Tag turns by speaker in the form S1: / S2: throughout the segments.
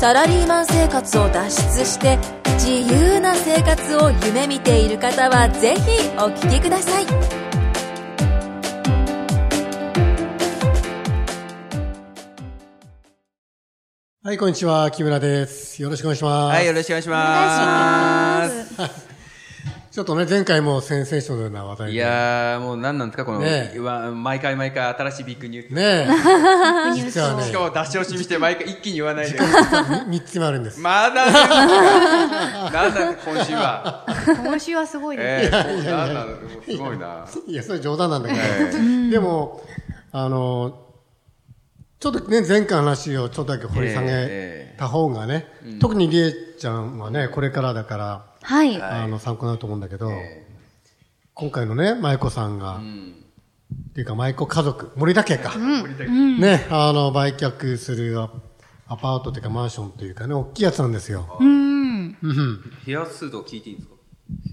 S1: サラリーマン生活を脱出して自由な生活を夢見ている方はぜひお聞きください
S2: はい、こんにちは。木村です。よろしくお願いします。
S3: はい、よろしくお願いします。
S2: ちょっとね、前回もセンセーショナルな話題で。
S3: いやー、もう何なんですか、この、
S2: ねえ
S3: うわ毎回毎回新しいビッグニュース。
S2: ねえ。実は
S3: しかも出し惜しみして毎回一気に言 わないで。
S2: ね、3つもあるんです。
S3: まだなんだ、今週は。
S4: 今週はすごいです。
S3: えー、なんだ、 すごいな。
S2: いや、それ冗談なんだけ
S3: え
S2: ど。でも、あの、ちょっとね、前回の話をちょっとだけ掘り下げた方がね、特にりえちゃんはね、これからだから、
S4: はい。
S2: あの、参考になると思うんだけど、
S3: え
S2: 今回のね、舞子さんが、
S3: うん
S2: っていうか舞子家族、森田家か。
S3: 森田
S2: ね、あの、売却するアアパートというかマンションというかね、大きいやつなんですよ。
S4: うん。
S2: うん。
S3: 部屋数とか聞いていいんですか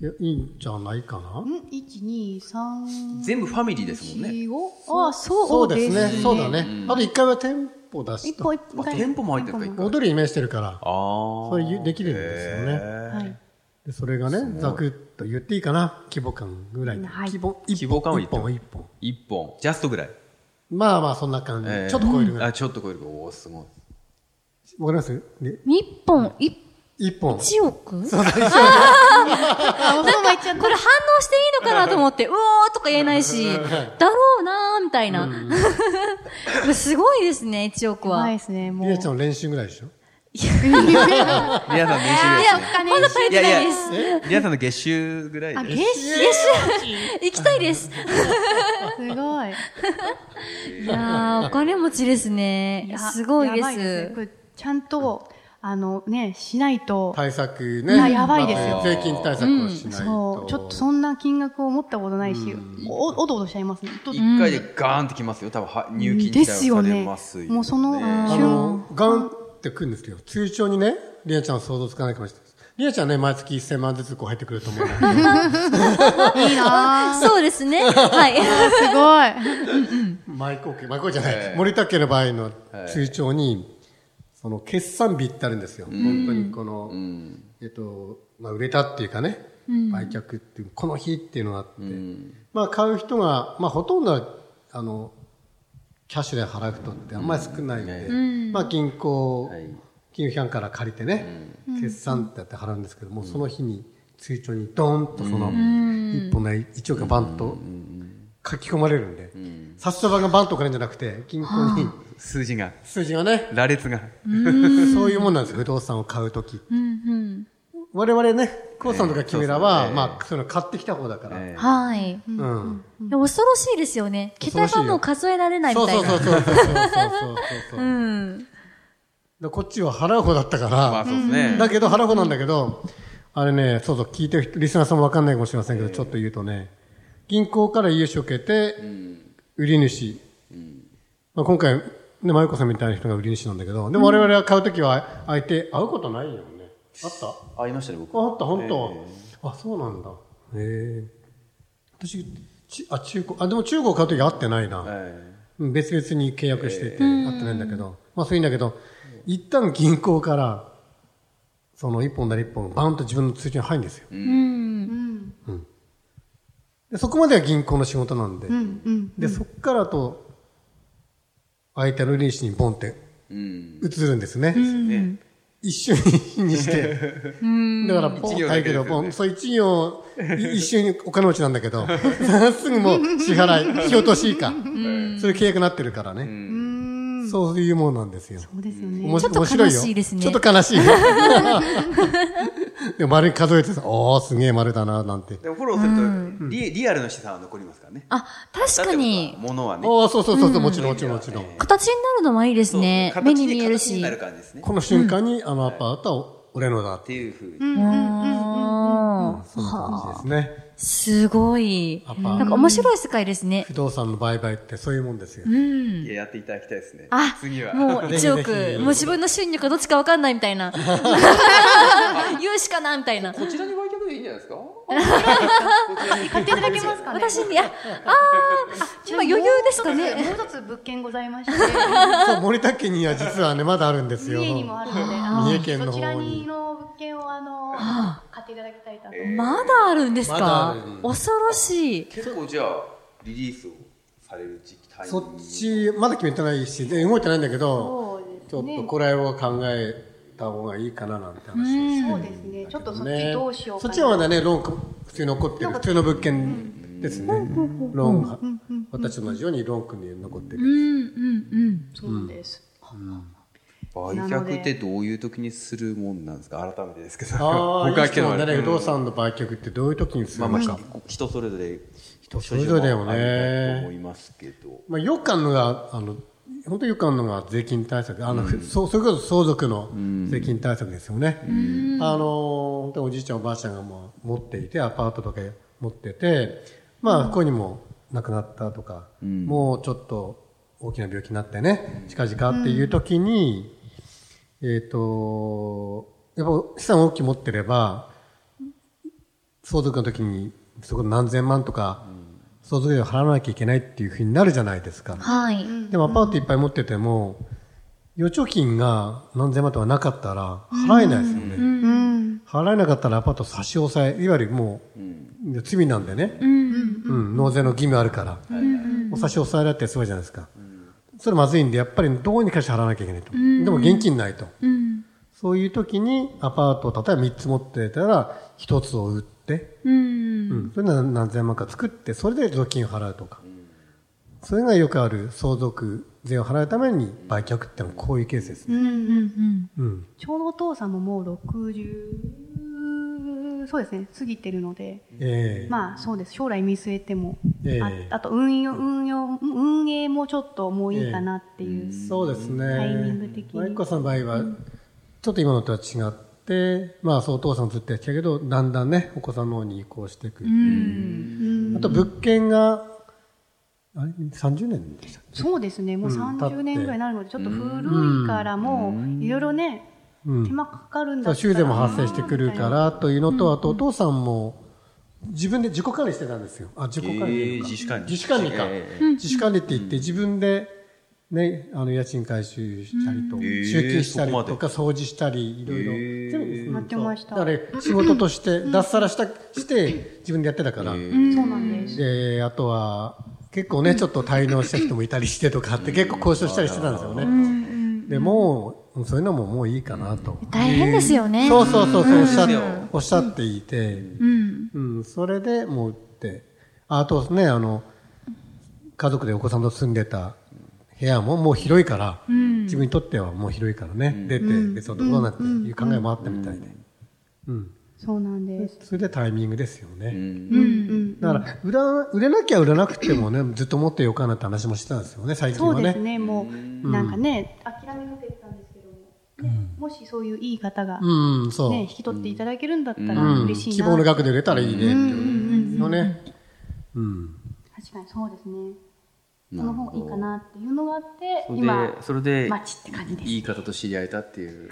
S2: いやいいんじゃないかな
S4: 一二三。
S3: 全部ファミリーですもんね。
S4: 四五あ、そうですね。
S2: そうだね。あと一回は店舗出し
S4: 一
S2: た。
S4: 歩一歩。
S3: あ店舗も入ってるか、一回。
S2: 踊りに面してるから、
S3: あー。
S2: それゆできるんですよね
S3: ね。
S2: でそれがね、ざくっと言っていいかな規模感ぐらい。
S4: はい
S2: 規模、一
S3: 希望感
S2: 本、
S3: は
S2: 一
S3: 言っても
S2: 本、一本。
S3: 一本。ジャストぐらい。
S2: まあまあ、そんな感じ。
S3: えー
S2: ちょっと超えるぐらい。
S3: あ、ちょっと超えるか。おー、すごい。
S2: わかりますね
S5: 日本一
S2: 一本。
S5: 億
S2: そうだね
S4: あ、おそばいっちゃった
S5: これ反応していいのかなと思って、うおーとか言えないし、だろうなーみたいな。 すごいですね、1億は。
S4: 怖い
S5: い
S4: ですね。もう。
S2: りえちゃんの練習ぐらいでしょ
S3: 皆さん、練習ですね。
S5: や、こんな大
S3: いや
S5: 変ない
S3: い
S5: で
S3: や
S5: す。、
S3: 皆さんの月収ぐらい
S4: あ、
S3: で
S4: 月収
S5: 行きたいです。
S4: すごい。
S5: いやー、お金持ちですね。すごいで
S4: やばね
S5: す
S4: こ。れちゃんと、あのね、しないと、
S2: 対策
S4: いや
S2: ね。
S4: やばいですよ
S2: まあ税金対策をしない
S4: そ
S2: と。
S4: う、ちょっとそんな金額を持ったことないし、お、おどおどしちゃいますね。と
S3: 一回でガーンってきますよ。多分は入金
S4: で
S3: 自体
S4: す
S3: は
S4: よ
S3: され
S4: ね
S3: ますよ、ね。。
S4: もうその
S2: あ
S4: 瞬
S2: の、ガンってくるんですけど、通帳にね、りえちゃん想像つかないかもしれないです。りえちゃんね、毎月1000万ずつこう入ってくると 思うんだけど、
S4: いいな
S5: そうですね。はい。
S4: ぁすごい。
S2: マイコ家、マイコ家じゃない、
S3: ええ
S2: 森田家の場合の通帳に、その決算日ってあるんですよ。本当にこの、
S3: うん。
S2: えっと、まあ、売れたっていうかね、売却っていう、この日っていうのがあって、
S3: ん
S2: まあ、買う人が、まあ、ほとんどは、あの、キャッシュで払う人ってあんまり少ないんで、まあ、銀行、
S3: はい
S2: 金融機関から借りてね、決算ってやって払うんですけども、その日に、通帳にドーンとその、一本の一応がバンと書き込まれるんで、札束がバンと置かれるんじゃなくて、銀行に
S3: 数字が、
S2: 数字がね、
S3: 羅列が。
S2: そういうもんなんですよ、不動産を買うとき。
S5: うん
S2: 我々ね、コウさんとか木村は、
S3: ええ
S2: まあ、そういうの買ってきた方だから。
S5: う
S3: え
S5: んはい。
S2: うん。
S5: でも恐ろしいですよね。桁がもう数えられない
S2: そ
S5: み
S2: う
S5: たい
S2: そうそう
S5: な。
S2: そうそうそうそうそう。
S5: うん。
S2: でこっちは払う方だったから、
S3: まあそうですね。
S2: だけど払う方なんだけど、あれね、そうそう、聞いてる人リスナーさんもわかんないかもしれませんけど、ちょっと言うとね、銀行から融資を受けて、売り主。まあ、今回、ね、まゆこさんみたいな人が売り主なんだけど、でも我々が買うときは、相手、会うことないよね。あった
S3: ありましたね、僕。
S2: ああった、本当、あ、そうなんだ。へえ。私、ちあ、中古、あ、でも中古買うとき会ってないな。
S3: え
S2: うん別々に契約してて、会ってないんだけど。まあそういうんだけど、一旦銀行から、その一本なり一本、バンと自分の通帳に入るんですよ。
S4: うん。
S2: でそこまでは銀行の仕事なんで。
S4: うん。うん。
S2: で、そっからと、相手の利子にボンって
S3: えうん。
S2: 移るんですね。
S3: ね。
S2: 一瞬に して。だから、ポンって入るけど、
S3: 一行だけですよ
S2: ポ
S3: ね
S2: ン、そう一行、い一瞬にお金持ちなんだけど、 すぐもう支払い、引き落とし以下。そういう契約になってるから
S3: う
S2: ね。
S3: ん。
S2: そういうもんなんですよ。
S4: そうですよ
S2: お
S4: ね。
S2: も
S5: ちょっと
S2: 面白よ
S5: 悲しいですね
S2: ちょっと悲しい。 でも丸数えてさ、おー、すげえ丸だな、なんて。
S3: でもフォローすると、リリアルの資産は残りますからね。
S5: あ、確かに。
S3: ものはね。
S2: おー、そうそうそうそう、もちろん、もちろん、もちろん。
S5: 形になるのはいいです
S3: そう
S5: ね。
S3: 形
S5: 目
S3: で
S5: に見える
S3: 形に
S5: し
S3: な。る感じですね。
S2: この瞬間にあのアパートは俺のだっ
S3: ってていうふうに。
S5: あ
S2: そういう感じですね。
S5: ーすごい。
S2: やっ
S5: なん
S2: ぱ
S5: か面白い世界ですね
S2: 不。動産の売買ってそういうもんですよ。
S3: いや、やっていただきたいですね。
S5: あ
S3: 次は。
S5: もう
S2: ぜひぜ
S5: 1
S2: ひ
S5: 億、もう自分の収入かどっちかわかんないみたい な。融資かなみたいな。
S3: こちらに売却でいいんじゃない ですか
S4: 買っていただけますかね
S5: 私に、あ、あー、今余裕ですかね。
S4: もう一つ物件ございまして
S2: そう、森田家には実はね、まだあるんですよ。
S4: 三重にもあるので
S2: 三重県の方に
S4: そちらにの物件をあの買っていただきたいと思いま
S5: まだあるんです
S2: まだあ
S5: か
S2: る
S5: 恐ろしい。
S3: 結構じゃあ、リリースをされる時期、タイミン
S2: そ
S3: グ
S2: っち、まだ決めてないし、で動いてないんだけど、ちょっとこれを考えた方がいいかななんて話です
S4: すそうですねちょっとそっちどうしようか
S2: そ
S4: な
S2: っちはまだね、ローンく普通に残ってる、普通の物件ですね。ローンが、私と同じようにローン組に残って
S5: う
S2: る。
S5: ん、うん、
S4: そうです
S3: 売却ってどういう時にするもんなんですか改めてですけど。
S2: ああ、いい質問だね。
S3: う
S2: 不
S3: ん
S2: 動産の売却ってどういう時にす
S3: まあ
S2: る
S3: まあ
S2: の
S3: ひ
S2: か。、
S3: 人それぞれ、人
S2: それぞれだよね
S3: と思いますけど。
S2: まあ、よくあるのが、あの、本当によくあるのが税金対策。あの、そう、それこそ相続の税金対策ですよね。あの、本当におじいちゃんおばあちゃんがもう持っていて、アパートとか持ってて、まあ、不幸にも亡くなったとか、もうちょっと大きな病気になってね、近々っていう時に、えっ、と、やっぱ資産を大きく持ってれば、相続の時に、そこ何千万とか、相続税を払わなきゃいけないっていうふうになるじゃないですか
S5: うん。。はい。
S2: でもアパートいっぱい持ってても、預貯金が何千万とかなかったら払えないですよね。払えなかったらアパート差し押さえ、いわゆるもう、罪なんでね、うん納税の義務あるから、お差し押さえだってすごいじゃないですか。それまずいんで、やっぱりどうにかして払わなきゃいけないと。でも現金ないと。
S5: うん、
S2: そういう時にアパートを例えば3つ持ってたら1つを売って、
S5: うん。
S2: うん、それなら何千万か作って、それで雑金を払うとか。それがよくある相続税を払うために売却ってのはこういうケースですね。うん。
S4: ちょうどお父さんももう60そうですね過ぎてるので
S2: ええ
S4: まあそうです将来見据えても、
S2: ええ
S4: ああと運用運用運営もちょっともういいかなっていう、
S2: そうですね。
S4: タイミング的に
S2: まあゆきこさんの場合は、ちょっと今のとは違って、まあそうお父さんずっとやってきたけど、だんだんね、お子さんの方に移行していく。あと物件が、あれ ?30 年でしたっけ
S4: そうですねもう
S2: うん
S4: 30年ぐらいになるのでちょっと古いからもういろいろね、
S2: うん
S4: 手間かかるんだ
S2: そう修
S4: ったら
S2: 繕も発生してくるからというのと、あとお父さんも自分で自己管理してたんですよ。あ、自己管理っていうのか、
S3: えー自主管理
S2: 自主管理か。
S3: え
S2: 自主管理って言って自分で、ね、あの、家賃回収したりと、
S3: ん
S2: 集金したりと
S3: えーそこ
S2: か、掃除したり、いろいろ
S3: え。ー
S2: 全部ですね
S4: やってました
S2: だから仕事として、脱サラした、して、自分でやってたから。
S4: そうなんです
S2: で、あとは、結構ね、ちょっと滞納した人もいたりしてとかあって、結構交渉したりしてたんですよね。でもう、そういうのももういいかなと。
S5: 大変ですよね。
S2: そうそうそうそう、おっしゃっ
S3: うん
S2: おっしゃっていて、
S5: うん。
S2: うん、それでもうって、あとね、あの、家族でお子さんと住んでた部屋ももう広いから、自分にとってはもう広いからね、出て別のところになっていう考えもあったみたいで、うん、
S4: そうなんです
S2: それでタイミングですよね。
S3: うん
S4: うん
S2: だから売ら、売れなきゃ売れなくてもね、ずっと持ってようかなって話もしてたんですよね、最近
S4: そ
S2: は
S4: う
S2: ね。
S4: ですねもうなんかね諦めかけてたんですけども、ねもしそういういい方が、
S2: うん、そう。
S4: ね、引き取っていただけるんだったら
S2: うん、
S4: 嬉しい
S2: 希
S4: な、
S2: 望の額で売れたらいいねっていうのね。うん。
S4: 確かにそうですねそ
S3: なる
S4: の
S3: ほ
S4: 方
S3: ど
S4: がいいかなっていうのがあって
S3: それで
S4: 今
S3: それで、
S4: 待ちって感じです
S3: いい方と知り合えたって いう。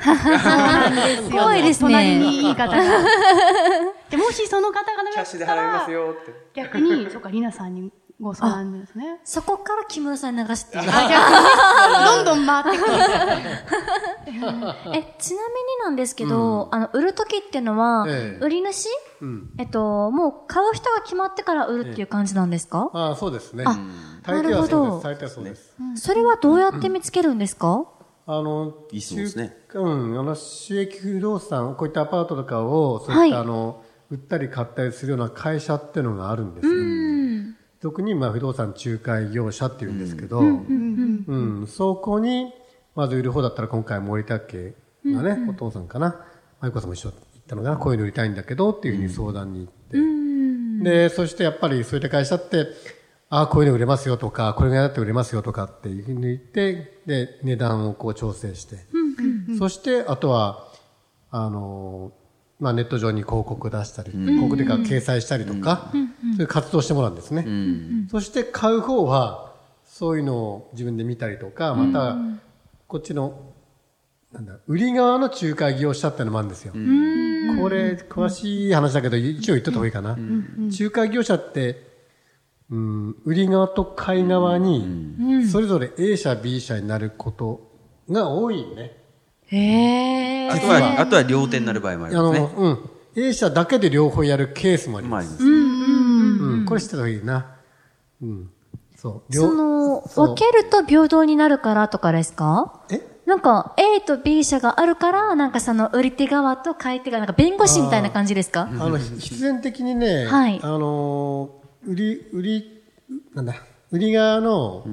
S5: すごいです
S4: 隣
S5: ね。
S4: にいい方 が。でもしその方が
S3: キャッシュで払いますよって。
S4: 逆に、そうか、りなさんにご相談ですね。
S5: そこから木村さんに流していく
S4: どんどん回ってくる。
S5: え、ちなみになんですけど、あの、売る時ってのは、
S2: ええ
S5: 売り主
S2: うん。
S5: えっと、もう買う人が決まってから売るっていう感じなんですか、
S2: ああ、そうですね。
S5: あ
S2: 大抵
S5: なる
S2: は
S5: ほ
S2: そうで
S5: ど
S2: す。大抵はそうです。
S5: それはどうやって見つけるんですか、
S2: あの、
S3: いい質問ですね
S2: 中うん、あの、収益不動産、こういったアパートとかを、そういった、
S5: はい
S2: あの、売ったり買ったりするような会社っていうのがあるんですよ。特に、まあ、不動産仲介業者っていうんですけど、うん、そこに、まず売る方だったら今回森田家がね、お父さんかな、舞子さんも一緒に行ったのかな、こういうの売りたいんだけど、っていうふうに相談に行って、で、そしてやっぱりそういった会社って、ああ、こういうの売れますよとか、これぐらいだって売れますよとかっていうふうに言って、で、値段をこう調整して。そして、あとは、あの、まあ、ネット上に広告出したり、広告というか掲載したりとか、そういう活動をしてもらうんですね。そして買う方は、そういうのを自分で見たりとか、また、こっちの、なんだ、売り側の仲介業者ってのもあるんですよ。これ、詳しい話だけど、一応言っとった方がいいかな。仲介業者って、うん、売り側と買い側に、それぞれ A 社、B 社になることが多いよね。
S5: へえ。
S3: あとは、あとは両手になる場合もあ
S2: あ
S3: ります
S2: の、
S3: ね。
S2: うん。A 社だけで両方やるケースもあり
S3: まあ
S2: ま
S3: あり
S2: す。
S3: ますね。
S2: うん、これ知ってた方がいいな。うん。そう。両
S5: その、
S2: そう
S5: 分けると平等になるからとかですか
S2: え
S5: なんか、A と B 社があるから、なんかその、売り手側と買い手側、なんか弁護士みたいな感じです
S2: あ
S5: か
S2: の、必然的にね、
S5: はい
S2: あのー売り、売り、なんだ、売り側の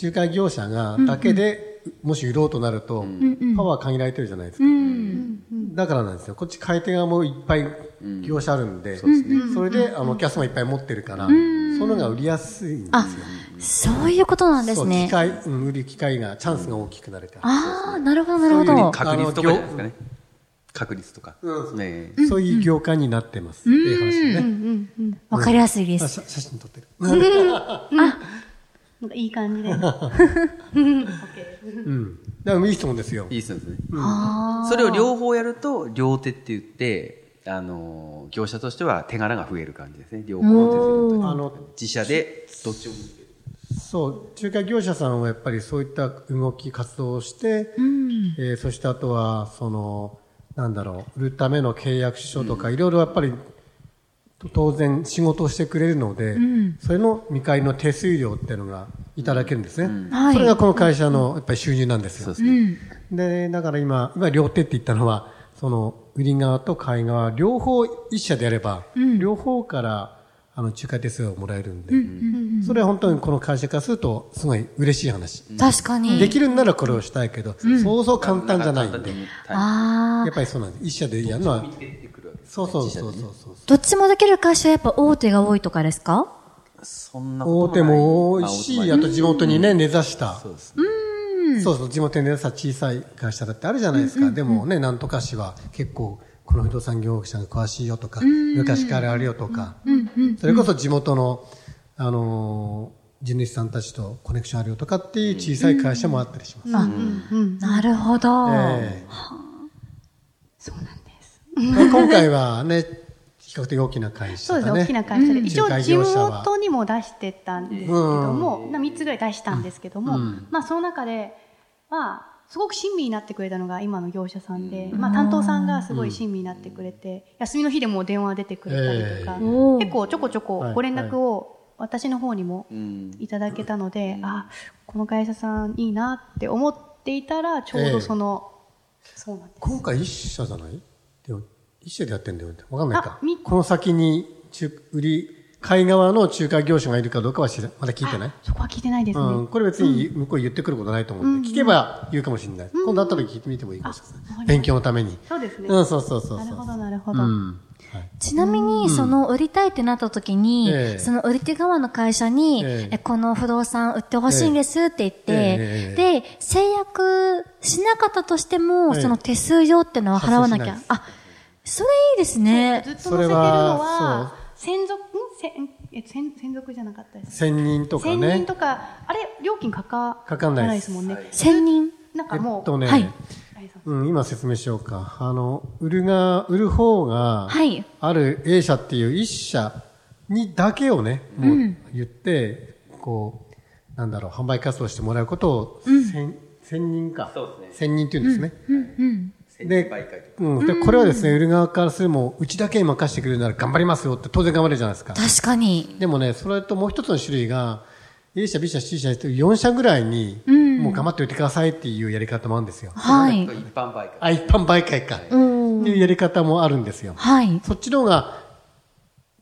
S2: 仲介業者がだけで、もし売ろうとなると、パワー限られてるじゃないですか。だからなんですよ。こっち買い手側もいっぱい業者あるんで、それで、あの、お客様いっぱい持ってるから、そういうのが売りやすいんですよ
S5: あ。、そういうことなんです
S2: そう、機
S5: ね。
S2: 会、うん売る機会が、チャンスが大きくなるから。
S5: ああ、なるほど、なるほ
S2: そういう
S5: ど。
S3: 確率とかじゃないですかね。確率とか。
S2: うん
S3: ね
S2: そういう業界になってます。って いう話ね。
S5: わかりやすいで
S2: あ
S5: す。
S2: 写写真撮ってる。
S4: なんかいい感じで。
S2: うん。だからいい質問ですよ
S3: え。いい質問ですね。それを両方やると、両手って言って、あのー、業者としては手柄が増える感じですね。両方の手数料と
S2: あの、
S3: 自社で、どっちも見てる。
S2: そう、仲介業者さんはやっぱりそういった動き、活動をして、えーそしてあとは、その、なんだろう、売るための契約書とか、いろいろやっぱり、と当然仕事をしてくれるので、それの見返りの手数料っていうのがいただけるんですね。
S5: はい
S2: それがこの会社のやっぱり収入なんですよ。
S3: そうですね。
S2: で、だから今、今両手って言ったのは、その、売り側と買い側、両方一社でやれば、両方から、あの、仲介手数料をもらえるんで、それは本当にこの会社からすると、すごい嬉しい話。
S5: 確かに。
S2: できるんならこれをしたいけど、そうそう簡単じゃないんで、や
S5: ああ
S2: っ。ぱりそうなんです。一社でやるのは、
S3: 見てくるわけです
S2: そ
S3: ね
S2: うそう
S3: 自社
S2: そ
S3: で
S2: う
S3: ね
S2: そうそう。
S5: どっちもできる会社はやっぱ大手が多いとかですか
S3: そんなこ
S2: 大
S3: と
S2: 手
S3: ない
S2: も多いし、
S3: ま
S2: あと地元にね、根ざした。
S3: そうですね。
S2: そうそう、地元にさ、小さい会社だってあるじゃないですか。でもね、なんとか市は結構、この不動産業者が詳しいよとか、昔からあるよとか、それこそ地元の、あのー、地主さんたちとコネクションあるよとかっていう小さい会社もあったりします。
S5: なるほど。
S2: ええそうなんです。今回はね、比較的大きな会社
S4: そう
S2: だ
S4: で
S2: ね。
S4: す、大きな会社で。
S2: ん
S4: 一応、
S2: 仲介
S4: 地
S2: 業者は
S4: 元にも出してたんですけども、な3つぐらい出したんですけども、まあ、その中で、まあ、すごく親身になってくれたのが今の業者さんで、まあ、担当さんがすごい親身になってくれて、休みの日でも電話出てくれたりとか、
S2: ええ
S4: 結構ちょこちょこご連絡を私の方にも
S3: うん。
S4: いただけたので、あ、この会社さんいいなって思っていたら、ちょうどその、そうなんです。
S2: 今回一社じゃないでも一社でやってんだよね。わかんないか
S4: あみ。
S2: この先に中、売り、買い側の仲介業者がいるかどうかは知らまだ聞いてない
S4: あそこは聞いてないですね。
S2: うん、これ別に向こう言ってくることないと思うんで、聞けば言うかもしれない。今度会った時聞いてみてもいいかもしれ
S4: あわか
S2: な
S4: りま
S2: い。
S4: した
S2: 勉強のために。
S4: そうですね。
S2: うん、そうそうそうそう。
S4: なるほど、なるほ
S2: う
S4: ど。
S2: ん。はい
S5: ちなみに、その売りたいってなった時に、
S2: ええ
S5: その売り手側の会社に、
S2: ええ
S5: えこの不動産売ってほしいんですって言って、
S2: ええ
S5: で、制約しなかったとしても、
S2: ええ
S5: その手数料ってのは払わなき
S2: 発生しない
S5: ゃ
S2: です。
S5: あ、それいいですね
S4: ず。っと載せてるの
S2: それは
S4: は、専属、んせんえ専専属じゃなかったです。
S2: 千人とか
S4: 専
S2: ね
S4: 人。とか、あれ、料金かか
S2: かかんないで
S4: ですすもんね。
S5: 千人。
S4: なん
S2: え
S4: かも
S2: っ
S4: う、
S2: とね、
S5: はい
S4: あれさん
S2: うん、今説明しようか。あの、売るが、売る方が、
S5: はい
S2: ある A 社っていう一社にだけをね、もう言って、こう、なんだろう、販売活動してもらうことを、千、千人か。
S3: そうですね
S2: 千人って言うんですね。
S3: で、
S2: で、うん、でこれはですね、売る側からするもう、うちだけに任せてくれるなら頑張りますよって当然頑張れるじゃないですか。
S5: 確かに。
S2: でもね、それともう一つの種類が、A 社、B 社、C 社と4社ぐらいに、もう頑張っておいてくださいっていうやり方もあるんですよ。
S5: はい。
S3: 一般売
S2: あ、一般媒介か。っていうやり方もあるんですよ。
S5: はい。
S2: そっちの方が、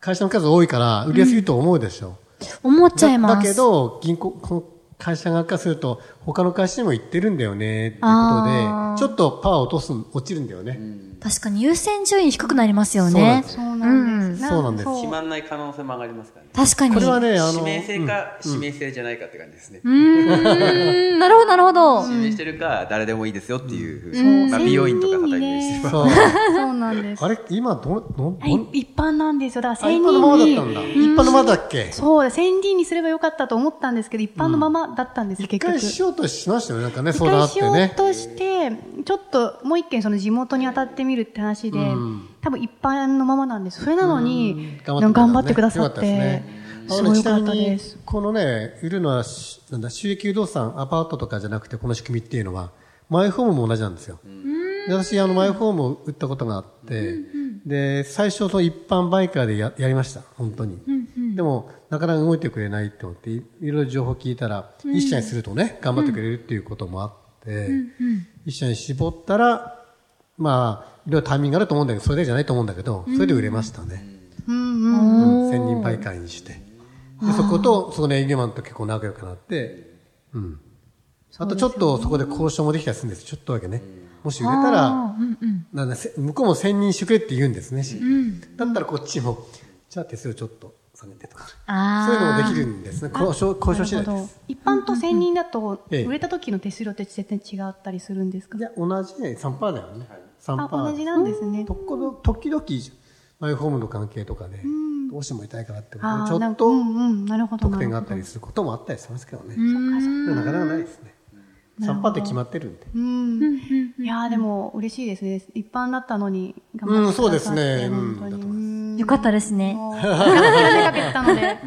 S2: 会社の数多いから、売りやすいと思うでしょ。
S5: 思っちゃい
S2: だ
S5: ま
S2: だけ
S5: す。
S2: ど、銀行、この会社側からすると、他の会社にも行ってるんだよね、っていうことで、ちょっとパワー落とす、落ちるんだよね。
S5: 確かに優先順位低くなりますよ
S2: そうなん
S5: ね
S2: で。す
S4: そうなんです。
S2: そうなんです
S3: 決まんない可能性も上がりますからね。
S5: 確かに。
S2: これはね、あ
S3: 指
S2: の、
S3: 名制か、指名制じゃないかって感じですね。
S5: うーん、なるほど、なるほど。
S3: 指名してるか、誰でもいいですよっていうふう
S4: う
S3: に。
S4: ん
S3: まあ、
S4: そう
S3: 美容院とか叩いてる
S4: 千人に
S3: し
S4: ね。
S2: そう。
S4: そうなんです。
S2: あれ、今、ど、ど、ど、
S4: はい一般なんですよ。だから
S2: あ
S4: 1000
S2: 一般のままだった
S4: 人
S2: んだ。
S4: に。
S2: 一般のままだっけ
S4: そうだ、1000人にすればよかったと思ったんですけど、一般のままだったんです、
S2: 一
S4: 結局。
S2: 回しようとしましたよね、なんかね、
S4: 一
S2: 相談あ
S4: 回
S2: っ
S4: してよ
S2: ね
S4: う。として、ちょっともう一件その地元に当たってみるって話で、
S2: うん
S4: 多分一般のままなんです。それなのに、
S2: うん
S4: なんか頑張ってくださっ
S2: 頑張ってくれたね
S4: て、す
S2: あの
S4: ご
S2: ね
S4: い良かった
S2: ちなみ
S4: で
S2: に
S4: す。
S2: このね、売るのはし、なんだ、収益不動産、アパートとかじゃなくて、この仕組みっていうのは、マイホームも同じなんですよ。で私、あの、マイホームを売ったことがあって、で、最初、その一般バイカーでややりました、本当に。でも、なかなか動いてくれないって思って、いいろいろ情報聞いたら、一社にするとね、頑張ってくれるっていうこともあって、一社に絞ったら、まあ、いろいろタイミングがあると思うんだけど、それだけじゃないと思うんだけど、それで売れましたね。
S4: うんうん。
S5: おー
S2: 千人媒介にして。で、そこと、そこの営業マンと結構仲良くなって、うん。あとちょっとそこで交渉もできたりするんです。ちょっとだけね。もし売れたら、
S5: あーうんうん。
S2: なんだ、せ向こうも千人してくれって言うんですね。だったらこっちも、じゃあ手数料ちょっと下げてとか。
S5: あ
S2: そういうのもで
S5: る
S2: きるんですね。交渉、交渉次第
S4: なる
S2: で
S4: ほど
S2: す。
S4: 一般と1000人だと、
S2: ええ
S4: 売れた時の手数料って全然違ったりするんですか
S2: いや、同じね、3%だよね。3%。
S4: あ、同じなんですね。
S2: とっこど時々、マイホームの関係とかで、どうしても痛いからってこと
S4: あ
S2: で、ち
S4: ーな
S2: ょ
S4: ん
S2: っ
S4: かう
S2: と
S4: んうん、なるほど。
S2: 得点があった
S4: なる
S2: りすることもあったりしますけどね。
S5: うん
S2: なかなかないですね。3パーって決まってるんで。
S4: ほど。うん。いやーでも、嬉しいですね。一般だったのに、頑張ってくだ
S2: うんそ
S4: さって。
S2: うですねうん
S4: 本
S2: だと思
S4: 当
S2: います
S4: に。
S5: よかったですね。
S4: もう、手かけてたので。いや、だか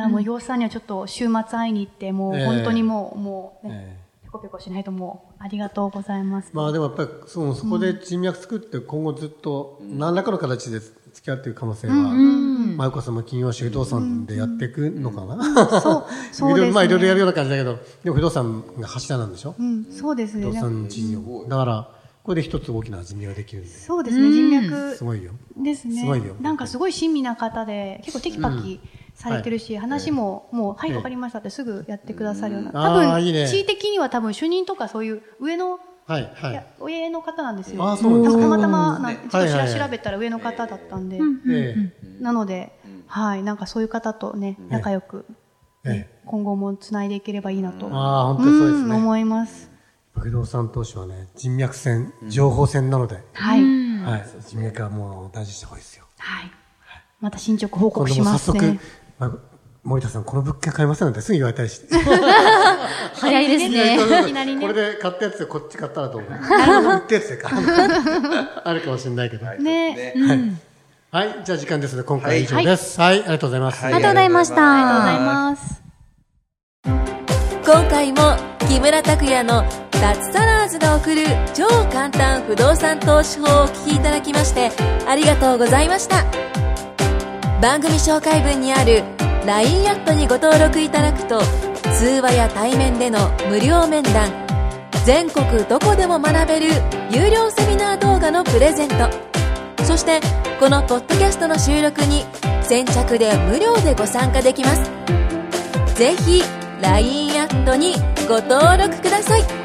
S4: らもう、洋さんにはちょっと週末会いに行って、も
S2: ええ
S4: う本当にもう、もうね、
S2: ええ
S4: ペコペコしないともう、ありがとうございます。
S2: まあでもやっぱりそうそこで人脈作って今後ずっと何らかの形で付き合っていく可能性は、まゆこさんも金曜市不動産でやっていくのかな、
S4: そう、そう
S2: い
S4: で
S2: ろい
S4: すね。
S2: ろ まあいろいろやるような感じだけど、でも不動産が柱なんでしょ
S4: うん、そうです
S2: 不動
S4: ね。
S2: 産事業。だから、これで一つ大きな味見ができるんで。す
S4: そうですね、人脈
S2: ごいよ。
S4: ですね。
S2: すごいよ
S4: なんかすごい親身な方で、結構テキパキされてるし、話も、もう、はい、
S2: ええ
S4: わかりましたってすぐやってくださるような。
S2: あー
S4: 多分、
S2: いいね
S4: 地位的には多分主任とかそういう上の、
S2: はい、はいい
S4: や。上の方なんですよ。
S2: あーそうなんですね
S4: たまたま、な
S3: うん
S4: ちょっとし
S2: は
S4: ら
S2: いはいはい
S4: 調べたら上の方だったんで、
S2: ええ
S4: なので、はい、なんかそういう方とね、仲良く、
S2: ええ
S4: 今後もつないでいければいいなと。
S2: ああ、本当にそうです
S4: ん
S2: ね。
S4: 思います。
S2: 不動産投資はね、人脈戦、情報戦なので、
S4: はい。
S2: はい、人脈はもう大事にした方がいいですよ。
S4: はい。また進捗
S2: 今
S4: 報告
S2: 度
S4: し
S2: も
S4: ま
S2: 早
S4: す
S2: 速、
S4: ね。
S2: ま森田さん、この物件買いませんなんてすぐ言われたりして。
S5: 早いですね。
S4: いきなりね
S2: これで買ったやつでこっち買ったらどう思う売ったやつで買うあるかもしれないけど。 はい。
S4: ね。
S2: じゃあ時間ですので、今回は以上です。はい、ありがとうございます。
S5: ありがとうございました。
S4: ありがとうございます。
S1: 今回も木村拓哉の脱サラーズが送る超簡単不動産投資法をお聞きいただきましてありがとうございました番組紹介文にある LINE アットにご登録いただくと通話や対面での無料面談全国どこでも学べる有料セミナー動画のプレゼントそしてこのポッドキャストの収録に先着で無料でご参加できますぜひ LINE アットにご登録ください